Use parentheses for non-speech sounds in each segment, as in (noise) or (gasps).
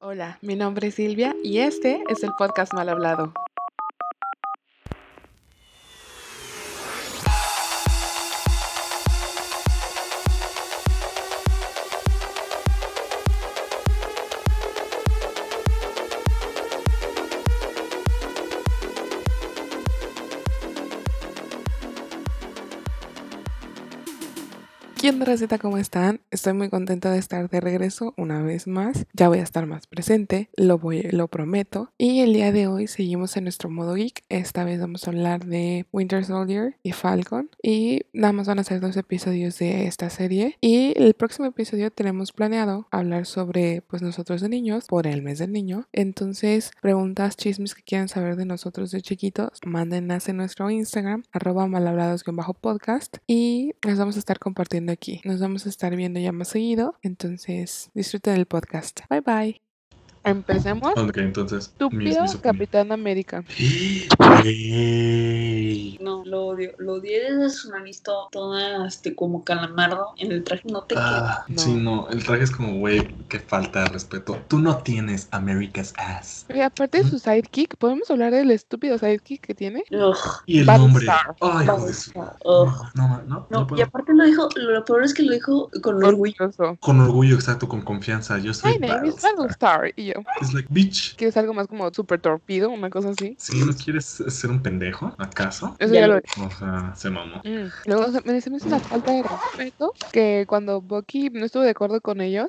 Hola, mi nombre es Silvia y este es el podcast Mal Hablado. ¿Qué onda, Racita? ¿Cómo están? Estoy muy contenta de estar de regreso una vez más. Ya voy a estar más presente, lo, voy, lo prometo. Y el día de hoy seguimos en nuestro modo geek. Esta vez vamos a hablar de Winter Soldier y Falcon. Y nada más van a ser dos episodios de esta serie. Y el próximo episodio tenemos planeado hablar sobre, pues, nosotros de niños, por el mes del niño. Entonces, preguntas, chismes que quieran saber de nosotros de chiquitos, mándenlas en nuestro Instagram, arroba malhablados-podcast. Y les vamos a estar compartiendo aquí. Nos vamos a estar viendo ya más seguido. Entonces, disfruten del podcast. Bye bye. Empecemos. Ok, entonces. Ah, mis- Estúpido mis opiniones. Capitán América. Güey. No, lo odio. Lo odié desde su manito toda este, como calamardo en el traje. No te queda. Ah, sí, no, el traje es como, güey, que falta de respeto. Tú no tienes America's Ass. Y aparte de su sidekick, ¿podemos hablar del estúpido sidekick que tiene? Ugh, Y el Bad nombre. Star. Ay, hijo Bad de su- Star. No, Ugh. no, no, no, no y puedo. aparte lo dijo, lo peor es que lo dijo con orgullo. Orgulloso. Con orgullo, exacto, con confianza. Yo soy My name is Battlestar. Battlestar. Y yo, It's like, bitch. ¿quieres algo más como super torpido? Una cosa así. Si no quieres ser un pendejo, ¿acaso? Eso Ya ya lo- lo O sea, se mamó. Mm, Luego se me, se me hizo una falta de respeto que cuando Bucky no estuvo de acuerdo con ellos,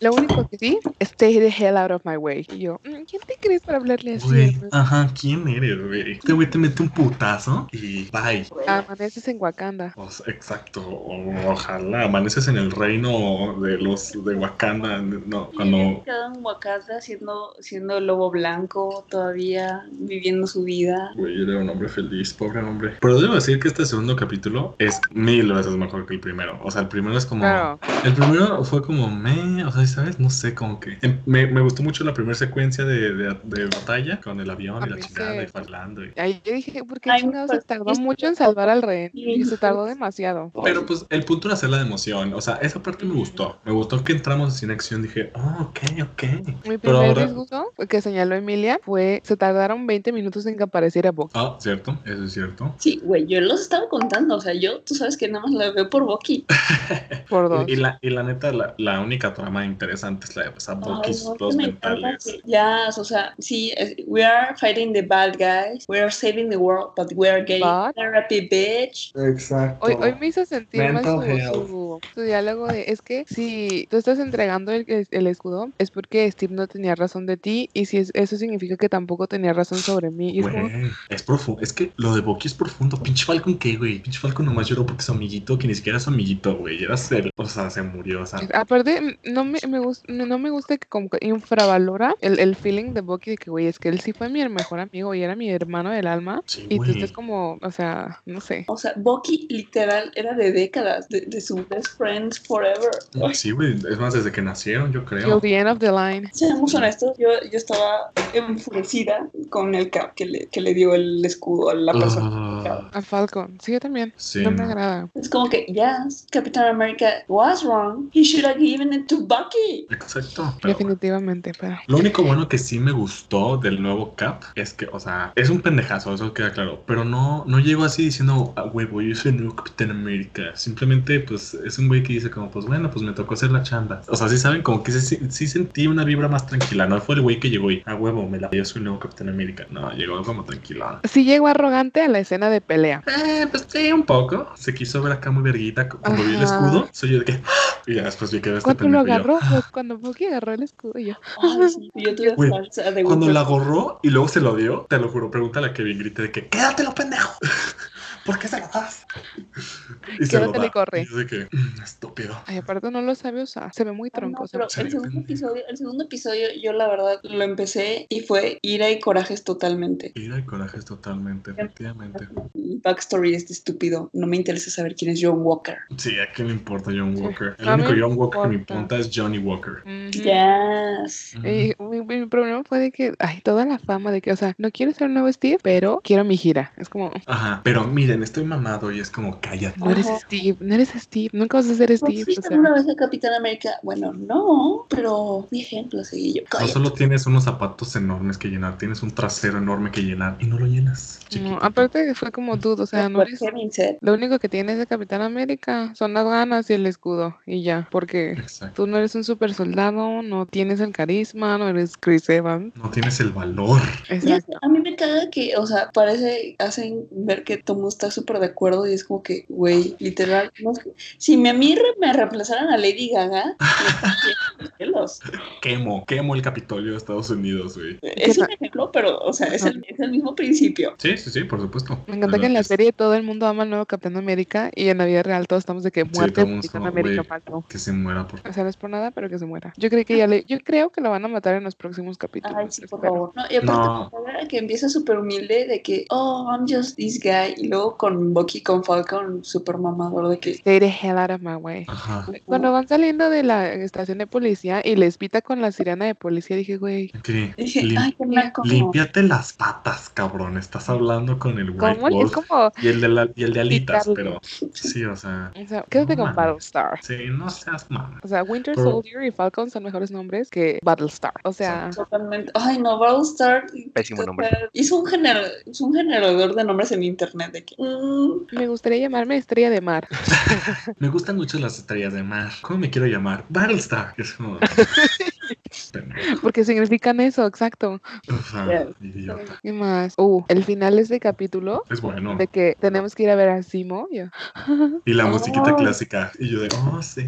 lo único que sí, stay the hell out of my way. Y yo, "Mm, ¿quién te crees para hablarle así? Güey, hermano? ajá, ¿quién eres, güey? Este güey te mete un putazo y bye. Amaneces en Wakanda. O sea, exacto, o- ojalá amaneces en el reino de los de Wakanda, no, Cuando... cuando Quedado en Wakanda siendo, siendo lobo blanco todavía, viviendo su vida. güey, era un hombre feliz, pobre hombre. Pero debo decir que este segundo capítulo es mil veces mejor que el primero. O sea, el primero es como Claro, el primero fue como me, o sea, ¿sabes? No sé, como que em- me, me gustó mucho la primera secuencia de, de- de batalla con el avión A y la mí se- chingada y falando y ahí yo dije, ¿por qué Ay, chingados pues, se tardó es- mucho en salvar al rehén? Sí, Y se pues. tardó demasiado. Pero pues el punto era hacer la emoción, o sea, esa parte me gustó. Me gustó que entramos sin acción, dije, oh, ok, ok. Mi Pero primer ahora- disgusto que señaló Emilia fue, se tardaron 20 minutos en que apareciera Bucky. Ah, cierto, eso es cierto. Sí, güey, yo los estaba contando. O sea, yo, tú sabes que nada más la veo por Bucky. Por dos. Y la, y la neta, la, la única trama interesante es la de pues, pasar Ay, Bucky's no, que los me encanta mentales. que- Ya, o sea, sí, es- we are fighting the bad guys, we are saving the world, but we are gay. But- Therapy, bitch. Exacto. Hoy, hoy me hizo sentir más Mental su, health. su- su diálogo de, es que si tú estás entregando el, el escudo, es porque Steve no tenía razón de ti, y si es- eso significa que tampoco tenía razón sobre mí. Y es como, es profundo. Es que lo de Bucky es profundo. Pinche Falcon, ¿qué, güey? Pinche Falcon nomás lloró porque su amiguito, que ni siquiera era su amiguito, güey. Era ser, o sea, se murió, o sea. aparte, m- no me, me gus- no no me gusta que como que infravalora el, el feeling de Bucky de que, güey, es que él sí fue mi mejor amigo y era mi hermano del alma. Sí, Y pues tú güey. estás como, o sea, no sé. O sea, Bucky literal era de décadas, de, de su best friends forever. Ay, Sí, güey. Es más, desde que nacieron, yo Till creo. the end of the line. Seamos honestos, yo, yo estaba enfurecida con el cap que le, que le dio el escudo a la persona. Ah, A Falcon. Sí, yo también. sí, no me no. agrada. Es como que, yes, Capitán America was wrong. He should have given it to Bucky. Exacto. Pero bueno. Definitivamente, pero... Lo único bueno que sí me gustó del nuevo Cap es que, o sea, es un pendejazo, eso queda claro. Pero no, no llegó así diciendo, a huevo, yo soy el nuevo Capitán América. Simplemente, pues, es un güey que dice como, pues, bueno, pues me tocó hacer la chamba. O sea, sí saben, como que sí, sí sentí una vibra más tranquila. No fue el güey que llegó y, a huevo, me la yo soy el nuevo Capitán América. No, llegó como tranquilón. Sí llegó arrogante a la escena de pelea. Eh, pues sí, un poco. Se quiso ver acá muy verguita. Cuando vi el Ajá. escudo, soy yo de que... "Ah", Y ya después vi que era este Cuando lo pendejo y yo, agarró, "Ah". pues, (laughs) cuando Bucky agarró el escudo, yo. Ay, sí, yo tuve Güey, falsa de Cuando golpe. la agarró y luego se lo dio, te lo juro, pregúntale a Kevin, grite de que quédatelo, pendejo. (laughs) ¿Por qué se lo das? Y Quédatelo y corre. dice que "Mm, estúpido. Ay, aparte no lo sabe usar. Se ve muy Ah, no, tronco. se pero ve- se el ve segundo, pendejo. episodio, el segundo episodio yo la verdad lo empecé y fue ira y corajes totalmente. Ira y coraje es totalmente, efectivamente. El backstory es estúpido, no me interesa saber quién es John Walker. Sí, ¿a qué le importa John Sí. Walker? El A mí único me John Walker que me importa. importa es Johnny Walker. Ujú. Yes. Ujú. Y mi, mi problema no puede que hay toda la fama de que, o sea, no quiero ser un nuevo Steve, pero quiero mi gira. Es como, Ajá, pero miren, estoy mamado y es como cállate. no eres Ajá. Steve, no eres Steve, nunca vas a ser Steve. o ¿Fuiste sea. alguna vez a Capitán América? Bueno, no, pero mi ejemplo seguí yo. No Cállate. solo tienes unos zapatos enormes que llenar, tienes un trasero enorme que llenar y no lo llenas. No, chiquitito. aparte que fue como dudo, o sea, no Por eres- Kevin Seth. Lo único que tienes de Capitán América son las ganas y el escudo y ya, porque Exacto. tú no eres un super soldado, no tienes el carisma, no eres Chris Evans. No tienes el valor. Ya sé, Exacto. a mí me caga que, o sea, parece, hacen ver que todo mundo está súper de acuerdo y es como que, güey, literal, no sé, si me- a mí re- me reemplazaran a Lady Gaga, me los pelos. Quemo, quemo el Capitolio de Estados Unidos, güey. es un ejemplo, pero, o sea, es el, es el mismo principio. Sí, sí, sí, por supuesto. Me encanta que en la Es- serie todo el mundo ama al nuevo Capitán América y en la vida real todos estamos de que muerte todo el mundo Capitán está, América güey. falso. Que se muera por... O sea, no es por nada, pero que se muera. Yo creo que ya le, yo creo que lo van a matar en Pues los próximos capítulos. Ay, sí, por espero. favor. No, y aparte, No. me caga que empieza súper humilde de que, oh, I'm just this guy, y luego con Bucky, con Falcon, súper mamador de que, Stay the hell out of my way. Ajá. Cuando van saliendo de la estación de policía y les pita con la sirena de policía, dije, güey, Sí. dije, Lim- ay, qué naco. Límpiate las patas, cabrón. Estás hablando con el White ¿cómo? Es Wolf como, y el de, la- y el de alitas, Picarle. pero sí, o sea, o sea, quédate No con mames. Battlestar. sí, no seas mamá. O sea, Winter Pero- Soldier y Falcon son mejores nombres que Battlestar. O sea, Totalmente. Ay, no, Battlestar. Pésimo nombre. Hizo un, genero, es un generador de nombres en internet. De que, mm, me gustaría llamarme Estrella de Mar. (laughs) Me gustan mucho las estrellas de mar. ¿Cómo me quiero llamar? Battlestar. (laughs) Es como. Pendejo, Porque significan eso, exacto. o sea, idiota. ¿Qué más? Uh, el final de este capítulo, Es bueno. de que tenemos que ir a ver a Simo. yo, Y la musiquita Oh. clásica. Y yo de, oh, sí.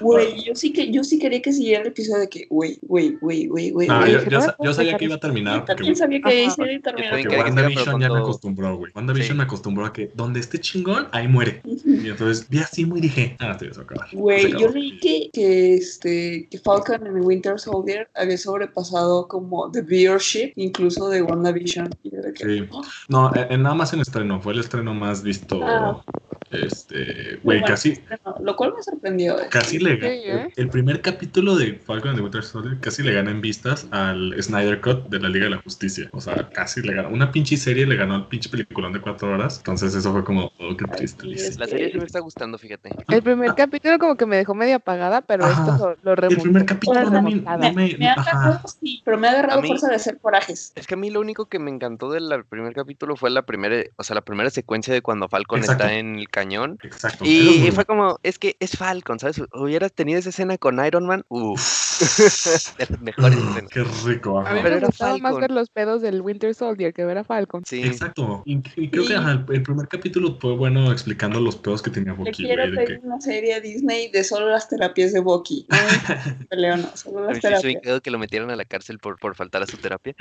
güey, yo sí que yo sí quería que siguiera el episodio de que, güey, güey, güey, güey, güey. No, güey. yo, dije, yo no sa- me puedo yo sabía dejar que iba a terminar porque, También sabía que Ajá. ahí se terminaba. Yo porque que era, pero WandaVision con ya me todo. acostumbró, güey. WandaVision Sí. me acostumbró a que donde esté chingón, ahí muere. Y entonces vi así muy dije, ah, te vas a acabar. Se Güey, acabó. yo leí que, que, este, que Falcon en Winter Soldier había sobrepasado como The viewership, incluso de WandaVision. Y yo de que, Sí. oh, No, eh, eh, nada más en estreno. Fue el estreno más visto. Ah. Este, güey, Bueno. casi, no, lo cual me sorprendió. eh. Casi le Sí, ¿eh? el, el primer capítulo de Falcon and the Winter Soldier casi le gana en vistas al Snyder Cut de la Liga de la Justicia. O sea, casi le gana. Una pinche serie le ganó al pinche peliculón de cuatro horas. Entonces eso fue como, oh, qué triste. Así Liz. es. La serie sí me está gustando, fíjate. El primer capítulo como que me dejó media apagada, pero Ajá. esto lo, lo El remontó. primer capítulo Una no me... remontada. no me- Me ha ajá. agarrado, sí, pero me ha agarrado A mí- fuerza de hacer corajes. Es que a mí lo único que me encantó del primer capítulo fue la primera, o sea, la primera secuencia de cuando Falcon Exacto. está en el cañón. Exacto. Eso es Y, muy y fue como, es que es Falcon, ¿sabes? Hubieras tenido esa escena con Iron Man, (laughs) uff, de (laughs) las mejores bueno. Ugh, escenas. Mm, Qué rico. ajá. A mí Pero me era gustaba más Falcon. ver los pedos del Winter Soldier que ver a Falcon. Sí, Exacto. Y, y creo Sí. que ajá, el, el primer capítulo fue bueno explicando los pedos que tenía Le Bucky. quiero güey, de que- pedir una serie a Disney de solo las terapias de Bucky. (laughs) No me peleo, no, solo las a mí sí se me terapias. quedó que lo metieran a la cárcel por, por faltar a su terapia.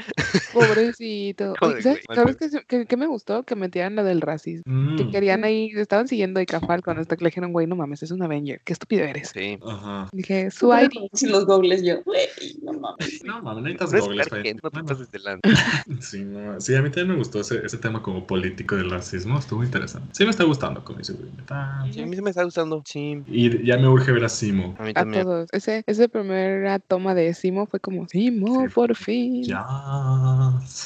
Pobrecito. (laughs) Joder, Oye, ¿Sabes, güey. sabes qué, se- qué- qué me gustó? Que metieran lo del racismo. Que Mm, querían ahí, estaban siguiendo a Falcon hasta que le dijeron, güey, no mames, es un Avenger. Qué estúpido eres. Sí. Ajá. Dije, su Tuve ID. como si los gobles yo. güey, no mames. No, mames, no No necesitas es dobles, Clark güey. Kent, no te Bueno. pases (laughs) de lanza. (laughs) Sí, no, sí, a mí también me gustó ese, ese tema como político del racismo, estuvo interesante. Sí, me está gustando, como dice Will, me está- Sí, a mí se me está gustando. Sí, Y ya me urge ver a Simo. a mí A también. todos. Ese, esa primera toma de Simo fue como, Simo, Sí. por fin. Ya.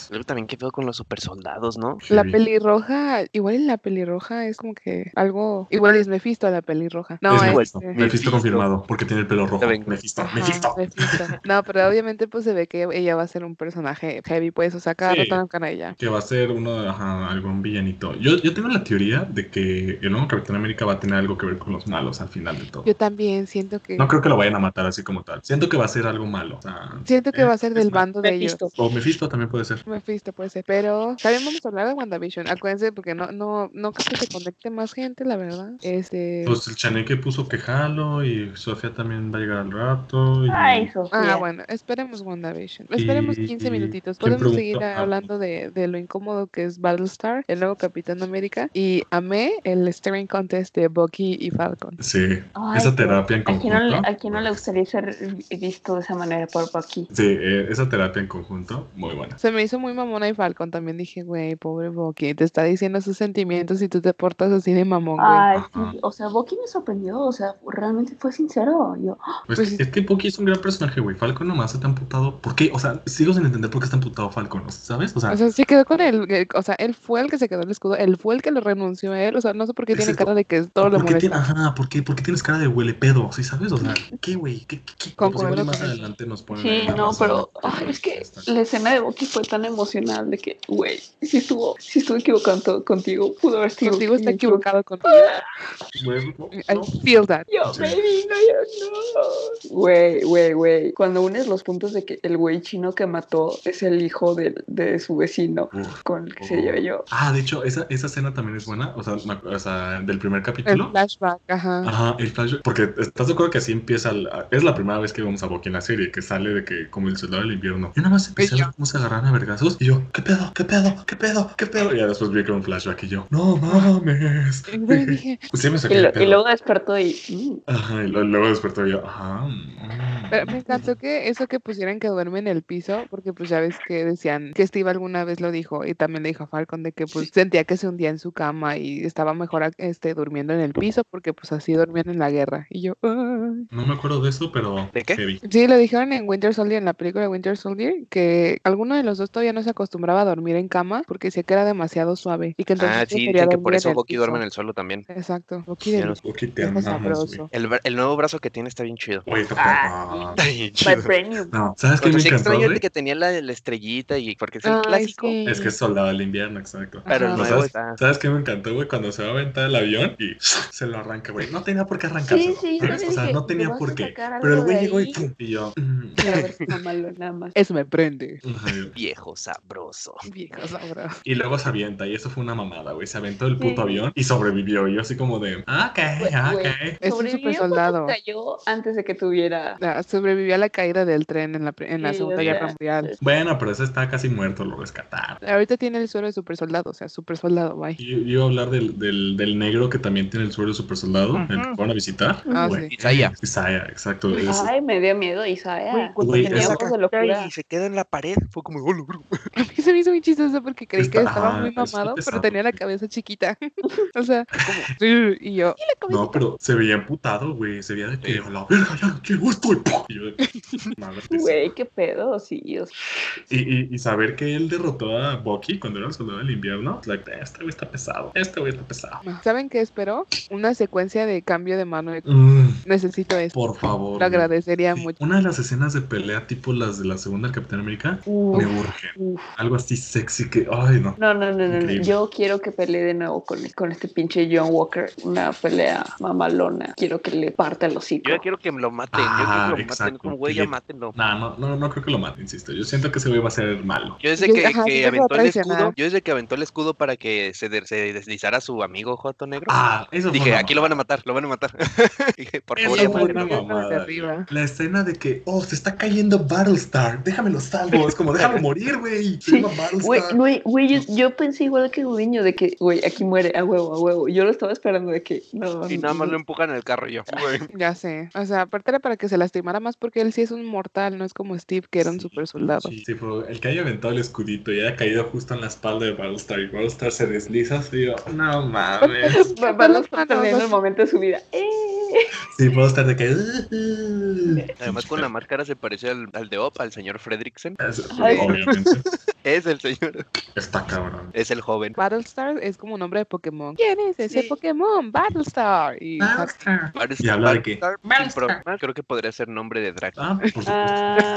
Luego también qué feo con los super soldados, ¿no? Ah, La Heavy. pelirroja, igual en la pelirroja es como que algo, igual es Mephisto la pelirroja. No, es es, Mephisto, este, Mephisto Mephisto. confirmado, porque tiene el pelo rojo. La venganza. Mephisto, Ajá, Mephisto. Mephisto. No, pero obviamente pues se ve que ella va a ser un personaje heavy, pues, o sea, cada Sí. rato nos gana ella. Que va a ser uno, de- ajá, algún villanito. Yo, yo tengo la teoría de que el nuevo Capitán América va a tener algo que ver con los malos al final de todo. Yo también siento que No creo que lo vayan a matar así como tal. Siento que va a ser algo malo. o sea, siento que eh, va a ser es del malo. bando de ellos. Mephisto. O Mephisto también puede ser. Mephisto puede ser, pero también vamos a hablar de WandaVision. Acuérdense porque no no no creo que se conecte más gente, la verdad. Este Pues el chaneque puso que jalo y Sofía también va a llegar al rato. Y... Ah, bueno, esperemos WandaVision. Esperemos 15 Y- minutitos. ¿quién Podemos preguntó? seguir Ah, hablando de, de lo incómodo que es Battlestar, el nuevo Capitán América, y amé el staring contest de Bucky y Falcon. Sí, Ay, esa pero terapia en ¿A quién, no, le- conjunto. a quién no le gustaría ser visto de esa manera por Bucky? Sí, eh, esa terapia en conjunto, muy buena. Se me hizo muy mamona y Falcon también dije, güey, pobre Bucky, te está diciendo sus sentimientos y tú te portas así de mamón, güey. Ay, Ajá. sí, o sea, Bucky me sorprendió, o sea, realmente fue sincero. Yo, Pues, Pues- es que Bucky es un gran personaje, güey. Falcon nomás me hace tan putado. ¿Por qué? O sea, sigo sin entender por qué está putado Falcon, ¿sabes? O sea, O sea, se quedó con él. eh, O sea, él fue el que se quedó el escudo. Él fue el que lo renunció a él. O sea, no sé por qué tiene Exacto. cara de que todo lo ¿por qué, tiene- molesta. ajá, ¿por, qué, por qué tienes cara de huele pedo? ¿Sí sabes? O sea, ¿qué, güey? ¿Qué, qué, qué? Concuerdo Pues igual y con más él. adelante nos ponen. Sí, ahí la no, razón pero de por qué ay, es que está. la escena de Bucky fue tan emocional de que, güey, si estuvo, si estuvo equivocando contigo, pudo haber sido. Contigo está conmigo. equivocado contigo. Güey, Pues, no, I no. feel that. Yo, Sí. baby, no, yo no. Güey, güey, güey. Cuando unes los puntos de que el güey chino que mató es el hijo de, de su vecino Uf. con el que se llevo yo. Ah, de hecho, esa, esa escena también es buena. O sea, me ac- o sea, del primer El capítulo. flashback, ajá. Ajá, el flashback. Porque estás de acuerdo que así empieza. la- es la primera vez que vemos a Bucky en la serie, que sale de que como el soldado del invierno. Yo nada más empecé a ver cómo se agarran a vergazos y yo, ¿qué pedo? ¿Qué pedo? ¿Qué pedo? ¿Qué pedo? Y ya después vi que era un flashback y yo, ¡no mames! Y yo dije, Sí, me Y, saqué lo- de y pedo. luego despertó y. mm, Ajá, y lo- luego despertó y yo, ajá. mm, Pero me encantó que eso que pusieran que duerme en el piso, porque pues ya ves que decían que Steve alguna vez lo dijo y también le dijo a Falcon de que pues sentía que se hundía en su cama y estaba mejor a- este durmiendo en el piso porque pues así dormían en la guerra. Y yo, "Ay". No me acuerdo de eso, pero. ¿De qué? heavy. Sí, lo dijeron en Winter Soldier, en la película de Winter Soldier, que alguno de los dos todavía no se acostumbraba a dormir en cama porque decía que era demasiado suave y que entonces Ah, sí, prefería dicen que dormir por eso el Bucky duerme en piso. el suelo también. Exacto, Bucky Ya de no- luz, Bucky, te viejo amamos, güey. sabroso. El, bra- el nuevo brazo que tiene está bien chido. Güey, está Ah, perro. Está bien chido. (laughs) Vibranium. No, ¿sabes qué Porque me sí encantó, extraño el güey? que tenía la, la estrellita y porque es el Ay, clásico. sí. Es que es soldado del invierno, exacto. Pero Ajá. el No, nuevo ¿sabes? está. ¿Sabes qué me encantó, güey? Cuando se va a aventar el avión y (laughs) se lo arranca, güey. No tenía por qué arrancárselo. Sí, sí, yo ¿sabes? le O sea, dije, no tenía "Le vas por a qué. sacar Pero el algo güey de llegó y ahí". pum, y yo. mm, Pero a ver, tómalo, nada más. Eso me prende. ay, Viejo sabroso. Vieja sabra. Y luego se avienta, y eso fue una mamada, güey. Se aventó el Sí. puto avión y sobrevivió. Y yo, así como de, ah, ok, Güey, ah, güey. ok. Es un Sobrevivió super cuando soldado. Cayó antes de que tuviera. Ah, Sobrevivió a la caída del tren en la, pri- en la Sí, o Segunda Guerra sea, Mundial. Bueno, pero ese está casi muerto, lo rescataron. Ahorita tiene el suelo de super soldado, o sea, super soldado, bye. Yo yo iba a hablar del, del, del negro que también tiene el suelo de super soldado, el que Ujú. van a visitar. Ah, Güey. sí. Isaiah. Isaiah, exacto. es- Ay, me dio miedo, Isaiah. cuando Güey, tenía esa- ojos de locura. Y se queda en la pared. Fue como, "Oh, lo- lo". A mí se me hizo muy chistoso porque creí que Está- estaba ajá, muy está mamado, pero pesado, tenía la sí. cabeza chiquita. (laughs) o (laughs) sea, como, (laughs) y yo, y la cabecita. No, pero se veía emputado, güey. Se veía de que, Sí. "A la verga, ya no quiero esto", y ¡pum! Y yo de- Madre de- Güey, qué pedo, sí. Dios. y, y- y saber que él derrotó a Bucky cuando era el soldado del invierno. Like, este güey está pesado. Este güey está pesado. ¿Saben qué espero? Una secuencia de cambio de mano. de- Mm, Necesito eso. por favor. Lo güey. (laughs) agradecería Sí, mucho. Una de las escenas de pelea, tipo las de la segunda del Capitán América, me Uf, urge. uf. Algo así sexy que. Ay, no. No, no, no, no, no. Increíble. Yo quiero que pelee de nuevo con, con este pinche John Walker. Una pelea mamalona. Quiero que le parta el hocico. Yo ya quiero que me lo maten. Yo Ah, quiero que lo maten. exacto, Como, güey, que ya le- mátenlo. Nah, no, no, no creo que lo mate, insisto. Yo siento que ese güey va a ser malo. Yo desde Yo- que, ajá, que yo lo aventó el traicionar. escudo, yo desde que aventó el escudo para que se, de- se deslizara su amigo Joto Negro, Ah, eso fue dije, una aquí lo van a matar, lo van a matar. (laughs) Dije, por Eso favor, Oye, ya fue porque maten. una no estaba mamada, de güey. arriba. La escena de que, oh, se está cayendo Battlestar, déjamelo salvo. Es como, (laughs) déjalo morir, güey. Se llama Güey, Battlestar. güey, güey, yo, yo pensé igual que Gudiño de que, güey, aquí muere, a huevo, a huevo. Yo lo estaba esperando de que, no. Y nada (laughs) más lo empujan en el carro y yo. güey. Ya sé. O sea, aparte era para que se lastimara más porque él sí es un mortal, no es como Steve, que era un Sí, super soldado. Sí, sí, pero el que haya aventado el escudito y haya caído justo en la espalda de Battlestar y Battlestar se desliza, así digo, no (laughs) mames. Va- va- lo está perdiendo el momento de su vida. ¡Eh! Sí, Battlestar de que. Además con la máscara se parece al, al de Op, al señor Fredricksen. Es- Ay. Obviamente. (laughs) Es el señor, Está cabrón. es el joven. Battlestar es como un nombre de Pokémon. Ah, ¿Quién es ese Sí. Pokémon? Battlestar. Y ¿Y habla de qué? Battlestar, sin problema, Creo que podría ser nombre de drag. Ah, por supuesto.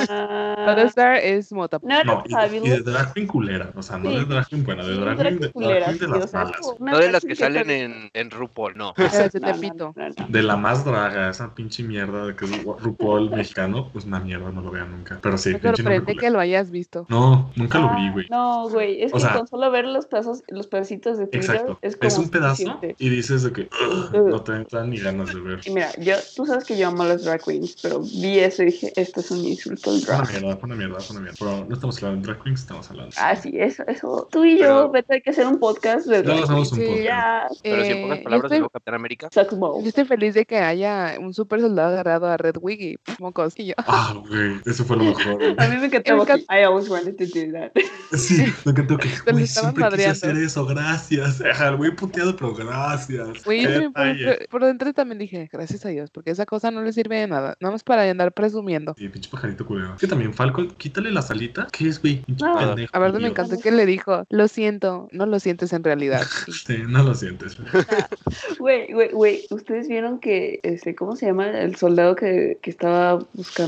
Ah, Battlestar es (laughs) Motap. no (laughs) era No, y, y de fabulous. drag queen culera, o sea, no Sí. de drag queen buena, de Sí, drag drag queen de, drag culeras, queen de sí, o las sea, malas. una No de drag las queen que salen perdió. en, en RuPaul, no. Esas de No, no, Tepito. no, no. De la más draga, esa pinche mierda de que es Ru- RuPaul mexicano, pues una mierda, no lo veo nunca. Pero sí, Me pinche nombre sorprende que culero. lo hayas visto. No, nunca lo vi, Ah, güey. No, güey, es O que sea- con solo ver los pedazos, los pedacitos de Twitter Exacto. es Es, como un pedazo suficiente. y dices de que "Ugh", no te dan ni ganas de ver. Y mira, yo, tú sabes que yo amo a las drag queens, pero vi eso y dije, esto es un insulto al Fue una drag. mierda, fue una mierda, fue una mierda. Pero no estamos hablando de drag queens, estamos hablando. Ah, sí, eso, eso. Tú y yo, Pero- vete, hay que hacer un podcast de Luego drag hacemos un Sí, queens. podcast. Ya, Pero si Eh, en pocas yo palabras, estoy- el nuevo Capitán América. sucks Yo balls. estoy feliz de que haya un super soldado agarrado a Red Wiggy. Mocos. Y yo. (laughs) Ah, güey, eso fue lo mejor. güey. A mí me encantó. Erika- I always wanted to do that. Sí, (laughs) me encantó que, lo güey, estaban siempre quise madreando. hacer eso, gracias. (laughs) Ajá, el güey puteado, pero gracias. Güey, Qué yo también por, detalle. dentro- por dentro también dije, gracias a Dios, porque esa cosa no le sirve de nada, nada más para andar presumiendo. Sí, pinche pajarito culero. Es que también Falcon, quítale la salita. ¿Qué es, güey? Pinche (laughs) No. pendejo, Ah, A ver, me idiota. encantó que le dijo, lo siento, no lo sientes en realidad. Sí, no lo sientes. Güey, güey, güey, ustedes vieron que, este, ¿cómo se llama? El soldado que, que estaba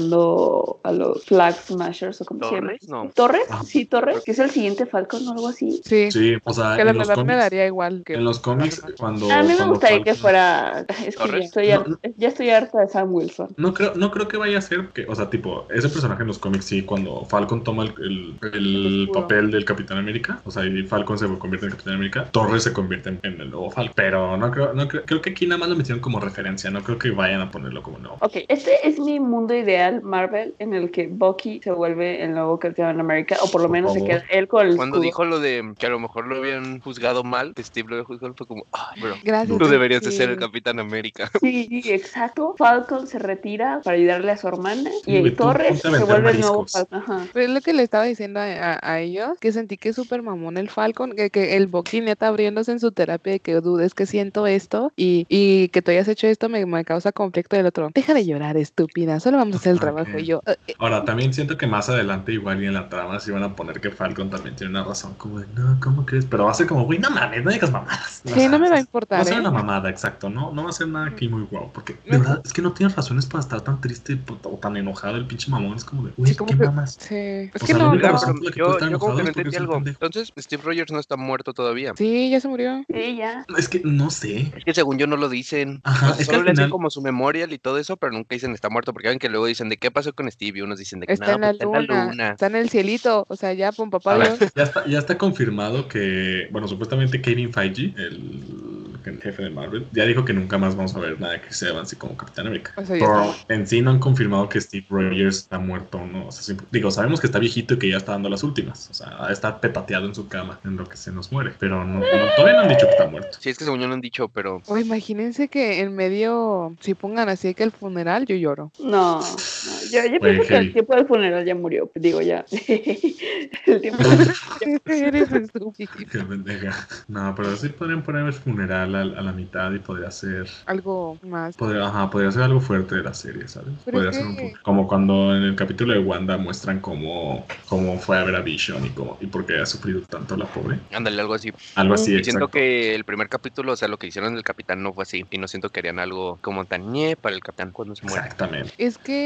buscando a los Flag Smashers o cómo ¿Torres? se llama. No. ¿Torres? Ah. Sí, Torres, que es el siguiente Falcon o algo así. Sí, Sí, o sea, que la en los verdad me cómics. daría igual. Que En los cómics, cuando. A mí me cuando gustaría que Falcon- fuera. (laughs) Es que ya ¿Torres? estoy, No, harta, ya estoy harta de Sam Wilson. No creo, no creo que vaya a ser que, o sea, tipo, ese personaje en los cómics, sí, cuando Falcon toma el, el- el escudo. papel del Capitán América, o sea, y Falcon se convierte en Capitán América, Torres se convierte en, en el nuevo Falcon. Pero no creo, no creo, creo que aquí nada más lo metieron como referencia, no creo que vayan a ponerlo como nuevo. Ok, este es mi mundo ideal, Marvel, en el que Bucky se vuelve el nuevo Capitán América, o por lo Por menos se favor. queda él con el Cuando escudo. dijo lo de que a lo mejor lo habían juzgado mal, que Steve lo había juzgado, fue como, ay, bro, Gracias. tú deberías de ser el sí. Capitán América. Sí, sí, exacto. Falcon se retira para ayudarle a su hermana Sí, y güey, tú ponte Torres se a vender vuelve el nuevo mariscos. Falcon. Ajá. Pero es lo que le estaba diciendo a, a- a ellos, que sentí que es súper mamón el Falcon, que, que el Bucky neta abriéndose en su terapia de que dudes que siento esto y, y que tú hayas hecho esto me, me causa conflicto del otro. Deja de llorar, estúpida, solo vamos a hacer el Ah, trabajo. ok. Y yo, "Eh, eh, Ahora, también siento que más adelante, igual y en la trama, sí van a poner que Falcon también tiene una razón, como de, no, ¿cómo crees? Pero va a ser como, güey, no mames, no digas mamadas. O sí, sea, no me va a Va a importar. ser ¿eh? una mamada, exacto. No, no va a ser nada aquí muy guau. Porque de Mejor- verdad es que no tienes razones para estar tan triste por- o tan enojado el pinche mamón. Es como de, güey, Sí, como ¿qué que- mamas? Sí. Es O que sea, no, lo único no. que pero siento que puede yo, estar yo enojado como que no es porque entendí es un algo. pendejo. Entonces, Steve Rogers no está muerto todavía. Sí, ya se murió. Sí, ya. Es que no sé. Es que según yo no lo dicen. (laughs) Ajá, O sea, es que solo al le hacen final- como su memorial y todo eso, pero nunca dicen está muerto, porque ven que luego dicen de qué pasó con Steve y unos dicen de que Está, "No, en la pues, luna, está en el cielito, o sea, ya, pon papá A ver, Dios. ya está, ya está confirmado que, bueno, supuestamente Kevin Feige, el el jefe de Marvel, ya dijo que nunca más vamos a ver nada de Chris Evans y como Capitán América. O sea, ya Pero está. en sí no han confirmado que Steve Rogers está muerto o no. O sea, sí- digo, sabemos que está viejito y que ya está dando las últimas. O sea, está petateado en su cama en lo que se nos muere. Pero no, no- todavía no han dicho que está (laughs) muerto. Sí, es que según yo no han dicho, pero O imagínense que en medio, si pongan así que el funeral, yo lloro. (laughs) No, no, Yo, Güey, yo pienso que heavy. el tiempo del funeral ya murió. Digo, ya. (laughs) el tiempo Eres estúpido. Qué pendeja. (laughs) No, pero sí podrían poner el funeral a, a la mitad y podría ser. Algo más. Podría, ajá, podría ser algo fuerte de la serie, ¿sabes? Pero Podría es ser un que- poco- como cuando en el capítulo de Wanda muestran cómo, cómo fue a ver a Vision y, cómo, y por qué ha sufrido tanto la pobre. ándale algo así. Algo así, Y siento exacto. que el primer capítulo, o sea, lo que hicieron del capitán no fue así. Y no siento que harían algo como tan ñe para el capitán cuando se muere. Exactamente. Es que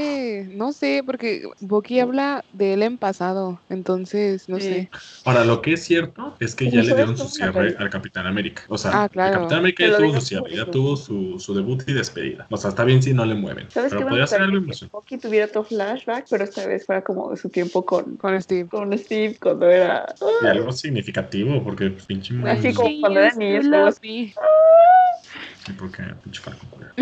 no sé, porque Bucky Mm. habla de él en pasado, entonces no Sí. sé. Ahora, lo que es cierto es que ya Pero le dieron ¿sabes su cómo cierre acabó? al Capitán América. O sea, Ah, claro. el Capitán América Te ya lo tuvo digo su cierre, por ya eso. tuvo su, su debut y despedida. O sea, está bien si no le mueven. ¿Sabes qué? Pero Me podría ser gustaría algo que emocionante. Bucky tuviera otro flashback, pero esta vez fuera como su tiempo con, Con Steve. con Steve cuando era. Y algo significativo, porque pues, pinche muy... Así como cuando era niño, estuvo así. Porque pinche Falcon culero.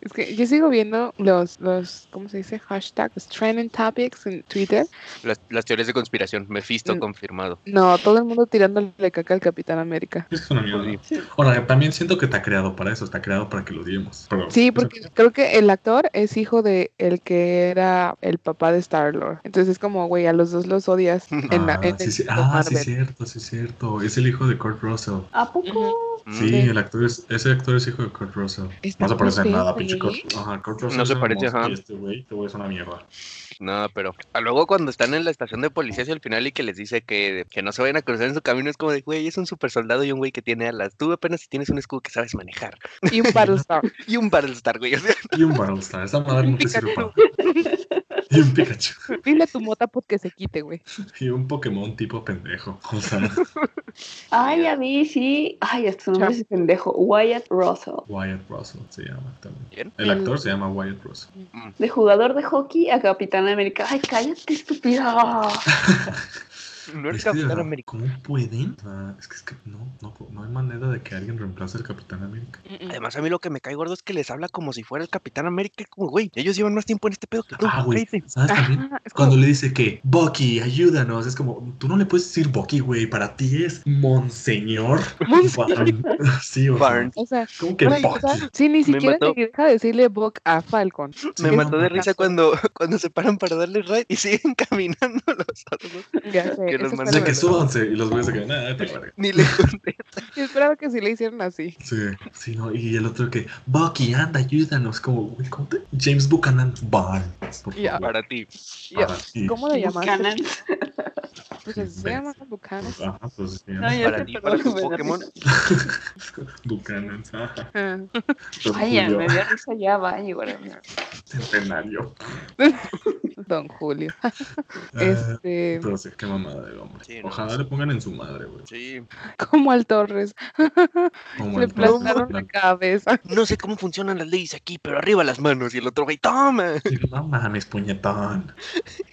Es que yo sigo viendo los, los, ¿cómo se dice? Hashtag, los trending topics en Twitter. Las, las teorías de conspiración, Mephisto Mm. confirmado. No, todo el mundo tirándole caca al Capitán América. Es una mierda. Sí. Ahora, también siento que está creado para eso, está creado para que lo odiemos. Pero- Sí, porque creo que el actor es hijo de el que era el papá de Star-Lord. Entonces es como, güey, a los dos los odias (laughs) en la Ah, en sí, el sí. mundo Ah, sí, Marvel. cierto, sí, cierto. Es el hijo de Kurt Russell. "Ah, ¿A (laughs) poco? Mm. Sí, el actor es, ese actor es hijo de Kurt Russell. Está No se parece en muy nada, feo, pinche ¿eh? Kurt. Ajá, Kurt Russell. No es se una parece, mosca y ajá. Este güey, este güey es una mierda. No, pero a luego cuando están en la estación de policías y al final y que les dice que, que no se vayan a cruzar en su camino, es como de, güey, es un super soldado y un güey que tiene alas. Tú apenas si tienes un escudo que sabes manejar. Y un Battlestar. Y un Battlestar, güey. O sea, (laughs) Y un Battlestar. Esa madre no te sirve para. Y un Pikachu. Dile a tu mota porque se quite, güey. Y un Pokémon tipo pendejo. O sea, Ay, a mí sí. Ay, hasta su nombre es pendejo. Wyatt Russell. Wyatt Russell se llama también. Bien. El actor se llama Wyatt Russell. (laughs) De jugador de hockey a Capitán América. Ay, cállate, estúpida. no Es eres que de Capitán verdad, América. ¿Cómo pueden? O sea, es que, es que no, no, no hay manera de que alguien reemplace al Capitán América. Además, a mí lo que me cae gordo es que les habla como si fuera el Capitán América. y Como, güey, ellos llevan más tiempo en este pedo que tú. Ah, güey. cállate". ¿Sabes también? Ajá, es como- Cuando le dice que Bucky, ayúdanos, es como, tú no le puedes decir Bucky, güey, para ti es Monseñor. Barn. (laughs) Sí, o sea, Barnes. o sea, ¿Cómo que Güey, o Bucky? sea, sí, ni Me siquiera mató. le deja decirle Buck a Falcon. Me Sí, no, mató de mames. (laughs) risa cuando, cuando se paran para darle ride y siguen (laughs) caminando. los otros. (laughs) Ya sé. Que los eso mande- O sea, espero que no. súbanse y los güeyes se quedan, nada, te vale". Ni le Yo esperaba que sí le hicieron así. Sí, sí, no, y el otro que, Bucky, anda, ayúdanos, como, güey, ¿cómo te? James Buchanan Barnes, por Ya. favor. (laughs) para ti. Ya. Para ti. ¿Cómo le Buchanan. llamaste? (laughs) Pues así se llama Bucanas. Pues, ajá, pues, ya, No, ya Para sé, ti, pero para tu me da Pokémon. risa. Buchanan, ajá. Ah, Don Ay, ya, Julio, (laughs) me dio risa ya, vaya, igual. centenario. Don Julio. Ah, Este, Pero sí, qué mamada del hombre. Sí, no, Ojalá sí. le pongan en su madre, güey. Sí. como al Torres. Como Le el Pablo plantaron la Plan- cabeza. (laughs) No sé cómo funcionan las leyes aquí, pero arriba las manos. Y el otro güey, toma. (laughs) Sí, No mames, puñetón.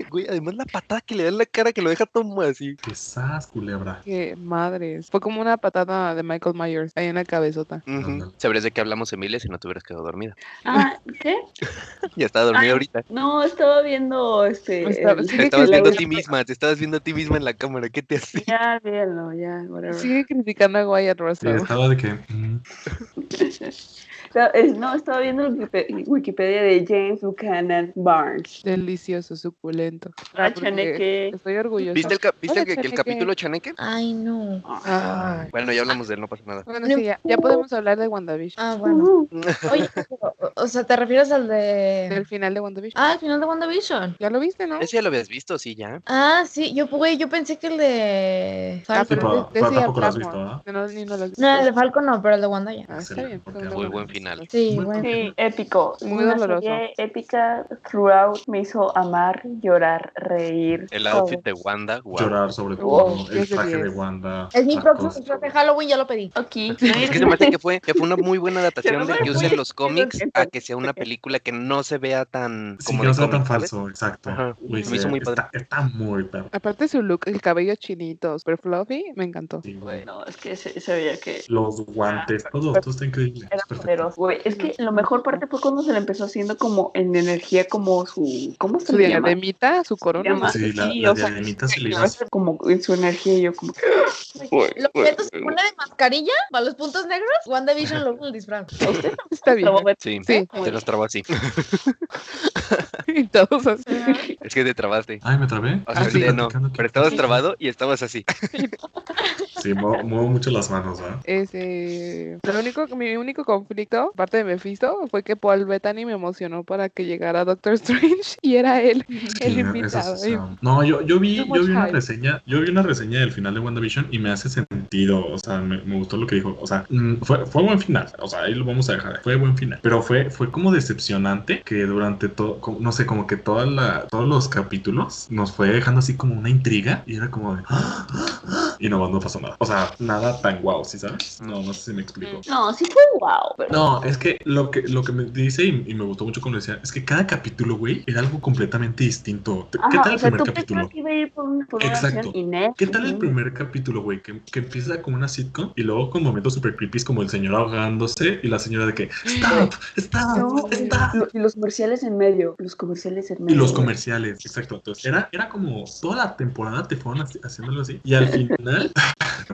Güey, además la patada que le da en la cara que lo deja todo así. Qué sas, culebra. Qué madres. Fue como una patada de Michael Myers ahí en la cabezota. Ujú. Ándale. Sabrías de qué hablamos, Emilia, si no te hubieras quedado dormida. Ah. Ah, ¿qué? Ya está dormida Ay. ahorita. No, estaba viendo este. Estaba- el- sí, Te que (laughs) estabas la viendo a verdad- ti misma, te estabas viendo a ti misma en la cámara. ¿Qué te (laughs) hace? Ya, véanlo, ya, whatever. Sigue criticando a Wyatt Sí, Russell. estaba de que. mm, (laughs) Estaba- es- No, estaba viendo el Wikipe- Wikipedia de James Buchanan Barnes. Delicioso, suculento. Ah, porque- Chaneque. Estoy orgulloso. ¿Viste el, cap- viste Hola, el que- que el Chaneque. capítulo Chaneque? Ay, no. Ah. Ay. Bueno, ya hablamos de él, no pasa nada. Bueno, sí, ya, ya podemos hablar de WandaVision. Ah, bueno. Oye, pero, o- o sea, ¿te refieres al Del de. final de WandaVision. Ah, al final de WandaVision? Ya lo viste, ¿no? Ese ya lo habías visto, sí, ya. Ah, sí, yo, güey, yo pensé que el Ah, de. Falcon. este pero- de- de ese ya tampoco lo has hablamos. visto, ¿verdad? No, ni no lo has visto. No, el de Falcon no, pero el de Wanda ya. Ah, está Excelente, bien. porque Fue muy una buen buena final. respuesta. Sí, Muy bueno. Sí, épico. Muy Una doloroso. serie épica throughout me hizo amar, llorar, reír. El Oh. todo. outfit de Wanda, wow. Llorar sobre Wow, todo. diez El de traje de diez. Wanda. Es mi la próximo cosa. disfraz de Halloween, ya lo pedí. Ok. Es que se me hace que (laughs) fue, que fue una (laughs) muy buena adaptación de me que usen fue. los cómics a que sea una película que no se vea tan Sí, como que no de sea tan cómic, ¿sabes? falso, exacto. Ajá. Güey, Se me hizo sí, muy padre. Está, está muy perro. Aparte su look, el cabello chinito, super fluffy, me encantó. Sí, güey. No, es que se, se veía que Los guantes, todo, todo está increíble. (laughs) era es perfecto. poderoso. Güey, es que lo mejor parte fue cuando se le empezó haciendo como en energía, como su. ¿Cómo se Su le llama? diademita, su corona. llama- Sí, la, Sí, la o sea, diademita se le Que hizo va a así. ser Como en su energía, y yo como que. "Ah, Lo meto se pone de mascarilla para los puntos negros. WandaVision lo usa el (laughs) disfraz. Usted (laughs) Está bien. no va a ver. Sí, Sí. te los trabó así. (laughs) Y todos así. Es que te trabaste. Ay, me trabé. Ah, O sea, sí. ahorita no, pero estabas trabado y estabas así. Sí, muevo, muevo mucho las manos, ¿verdad? Ese, Este, lo único, mi único conflicto, aparte de Mephisto, fue que Paul Bettany me emocionó para que llegara Doctor Strange (laughs) y era (laughs) él (laughs) el Sí, eso invitado. sí está- No, yo, yo vi, Too yo vi much una hype. reseña, yo vi una reseña del final de WandaVision y me hace sentido. O sea, me, me gustó lo que dijo. O sea, mm, fue, fue buen final. O sea, ahí lo vamos a dejar. Fue buen final. Pero fue, fue como decepcionante que durante todo, como- no sé, como que toda la, todos los capítulos nos fue dejando así como una intriga y era como de (gasps) "Ah, ah, ah", y no, no pasó nada. O sea, nada tan guau, ¿sí sabes? No, no sé si me Mm. explico. No, sí fue wow. Pero... No, es que lo que, lo que me dice y, y me gustó mucho como decía, es que cada capítulo, güey, era algo completamente distinto. Te- ¿Qué Ajá, tal o el sea, primer tú capítulo? pensabas que iba a ir por una, por una Exacto. acción inés. ¿Qué tal el primer capítulo, güey? Que, que empieza con una sitcom y luego con momentos super creepy como el señor ahogándose y la señora de que ¡Stop! No, ¡Stop! ¡Stop! lo- y los comerciales en medio. Los comerciales en Y medio. los güey. comerciales, exacto. Entonces, era, era como toda la temporada te fueron así- haciéndolo así. Y al (laughs) final.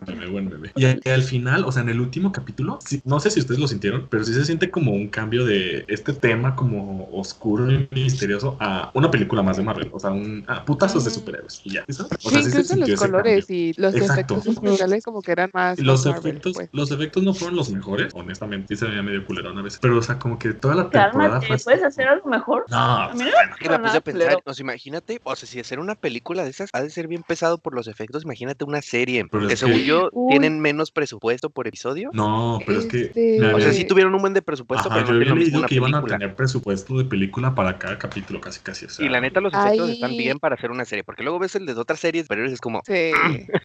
Meme, buen meme. Y al, y al final, o sea, en el último capítulo, sí- no sé si ustedes lo sintieron, pero sí se siente como un cambio de este tema como oscuro y misterioso a una película más de Marvel. O sea, un ah, putazos de superhéroes. Y ya. ¿sí sabes? O sea, sí, sí se incluso sintió los ese colores cambio. y los Exacto. efectos especiales como que eran más Los Marvel, efectos, pues. los efectos no fueron los mejores, honestamente, sí se veía medio culerón a veces. Pero, o sea, como que toda la temporada Cálmate, fue. así ¿puedes como- hacer algo mejor? No, A mí no Que me Nada, puse a pensar, culero. o sea, imagínate, o sea, si hacer una película de esas ha de ser bien pesado por los efectos, imagínate una serie, Pero que es que- según yo Uy. tienen menos presupuesto por episodio. No, pero es que. Este, me O sea, había- sí tuvieron un buen de presupuesto, Eh, Ajá, pero yo no había tienen lo mismo leído una que iban a película. tener presupuesto de película para cada capítulo, casi casi. o sea, Y la neta, los efectos están Ay. bien para hacer una serie, porque luego ves el de otras series, pero es como, (laughs) Sí.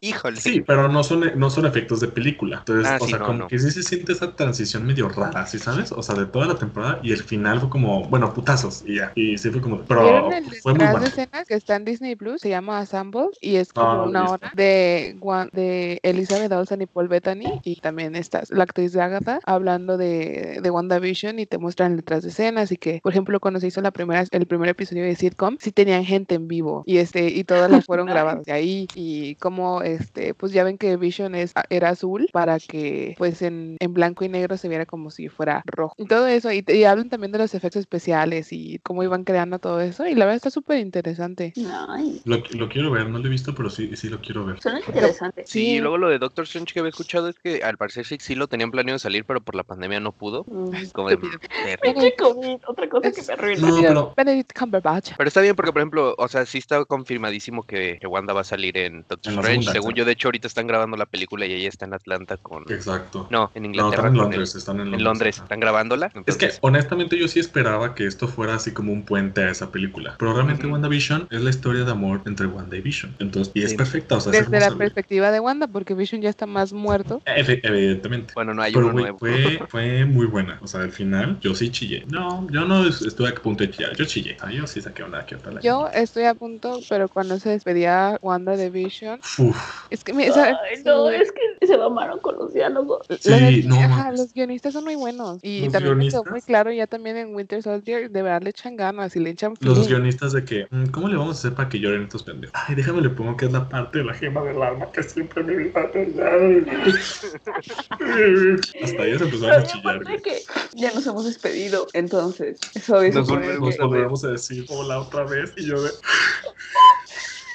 híjole. Sí, pero no son, no son efectos de película. Entonces, Ah, o sí, sea, no, como no. que sí se siente esa transición medio rara, ¿sí sabes? O sea, de toda la temporada y el final fue como, bueno, putazos y ya. Y sí fue como, pero ¿Vieron el detrás fue muy de bueno. Ah, escenas que está en Disney Plus? Se llama Assemble y es No, como no lo he una visto. hora Ah. de, guan- de Elizabeth Olsen y Paul Bettany y también está la actriz de Agatha hablando de, de WandaVision y te muestran letras de escenas y que, por ejemplo, cuando se hizo la primera, el primer episodio de sitcom, sí tenían gente en vivo y este y todas las fueron grabadas de ahí y como este, pues ya ven que Vision es, era azul para que pues en, en blanco y negro se viera como si fuera rojo. Y todo eso y, te- y hablan también de los efectos especiales y cómo iban creando todo eso y la verdad está súper interesante. Ay, Lo, lo quiero ver, no lo he visto, pero sí, sí lo quiero ver. suena interesante. Sí, Sí. y luego lo de Doctor Strange que había escuchado es que al parecer sí, sí lo tenían planeado salir, pero por la pandemia no pudo. Mm. Ay, Como de estúpido. terrible. Pinche COVID, otra cosa que (laughs) me arruina. No, pero Benedict Cumberbatch. Pero está bien porque, por ejemplo, o sea, sí está confirmadísimo que, que Wanda va a salir en Doctor En la Strange. segunda, Según claro. yo, de hecho, ahorita están grabando la película y ella está en Atlanta con... exacto. No, en No, Inglaterra. están en con Londres, están en el- Londres. en Londres, ajá. están grabándola. Es que entonces- honestamente yo sí esperaba que esto fuera así como un puente a esa película, pero realmente Ujú. WandaVision es la historia de amor entre Wanda y Vision. Entonces, y es Sí. perfecta, o sea, es Desde la hermosa, güey. perspectiva de Wanda, porque Vision ya está más muerto. Evi- Evidentemente. Bueno, no hay Pero uno güey, nuevo. (laughs) fue, fue muy buena. O sea, al final yo sí chillé. No, yo no es- estuve a punto de chillar. Yo chillé. Ah, yo sí saqué una que otra. la Yo neta. estoy a punto, pero cuando se despedía Wanda de Vision, Uf, es que mi- esa- Ay, no, sí. es que se mamaron con los diálogos. L- Sí, la neta- no ajá, mames. los guionistas son muy buenos. Y Los también me quedó muy guionistas. claro ya también en Winter Soldier, de verdad le echan ganas y le echan los feeling. guionistas de que, mm, ¿cómo le vamos a hacer para que lloren estos pendejos? Ay, déjame le pongo que es la parte de la gema del alma que siempre me va a (laughs) perder. Hasta ellos empezaron a Pero chillar. güey. aparte que ya nos hemos despedido, entonces eso es Nos, Eso vol- fue- nos fue- volvemos a decir hola otra vez y yo de...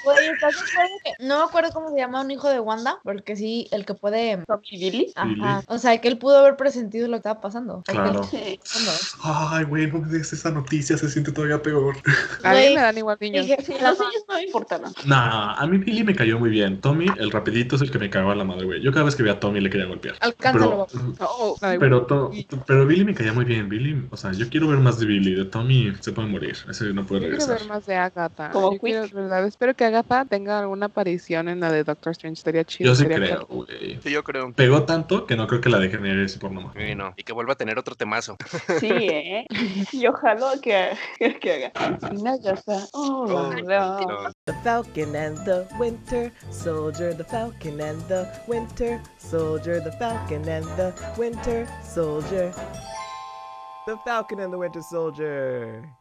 Güey, ¿estás de acuerdo que- No me acuerdo cómo se llama un hijo de Wanda, porque sí, el que puede. Tommy Billy. Ajá. O sea, que él pudo haber presentido lo que estaba pasando. O que él- Claro. Sí. (laughs) Ay, güey, no me des esa noticia, se siente todavía peor. A mí Güey, me dan igual niños. dije, Sí, la los niños no me importaron. Nah, a mí Billy me cayó muy bien. Tommy, el rapidito es el que me cagaba la madre, güey. Yo cada vez que veía a Tommy le quería golpear. Alcánzalo. Pero- Oh, me da igual. Pero, to- pero Billy me caía muy bien. Billy, o sea, yo quiero ver más de Billy. De Tommy se puede morir. Ese no puede Yo quiero regresar. ver más de Agatha. Como Yo quiero, ¿verdad? Espero que Agatha tenga alguna aparición en la de Doctor Strange. Estaría chido. Yo sí estaría creo, padre. güey. Sí, yo creo. Pegó tanto que no creo que la dejen ir ese por nomás. Y, no, y que vuelva a tener otro temazo. Sí, ¿eh? (laughs) Yo jalo a (laughs) que, que, que haga. Cristina ya está. Oh, Oh, no. no. The Falcon and the Winter Soldier, the Falcon and the Winter Soldier, the Falcon and the Winter Soldier. The Falcon and the Winter Soldier.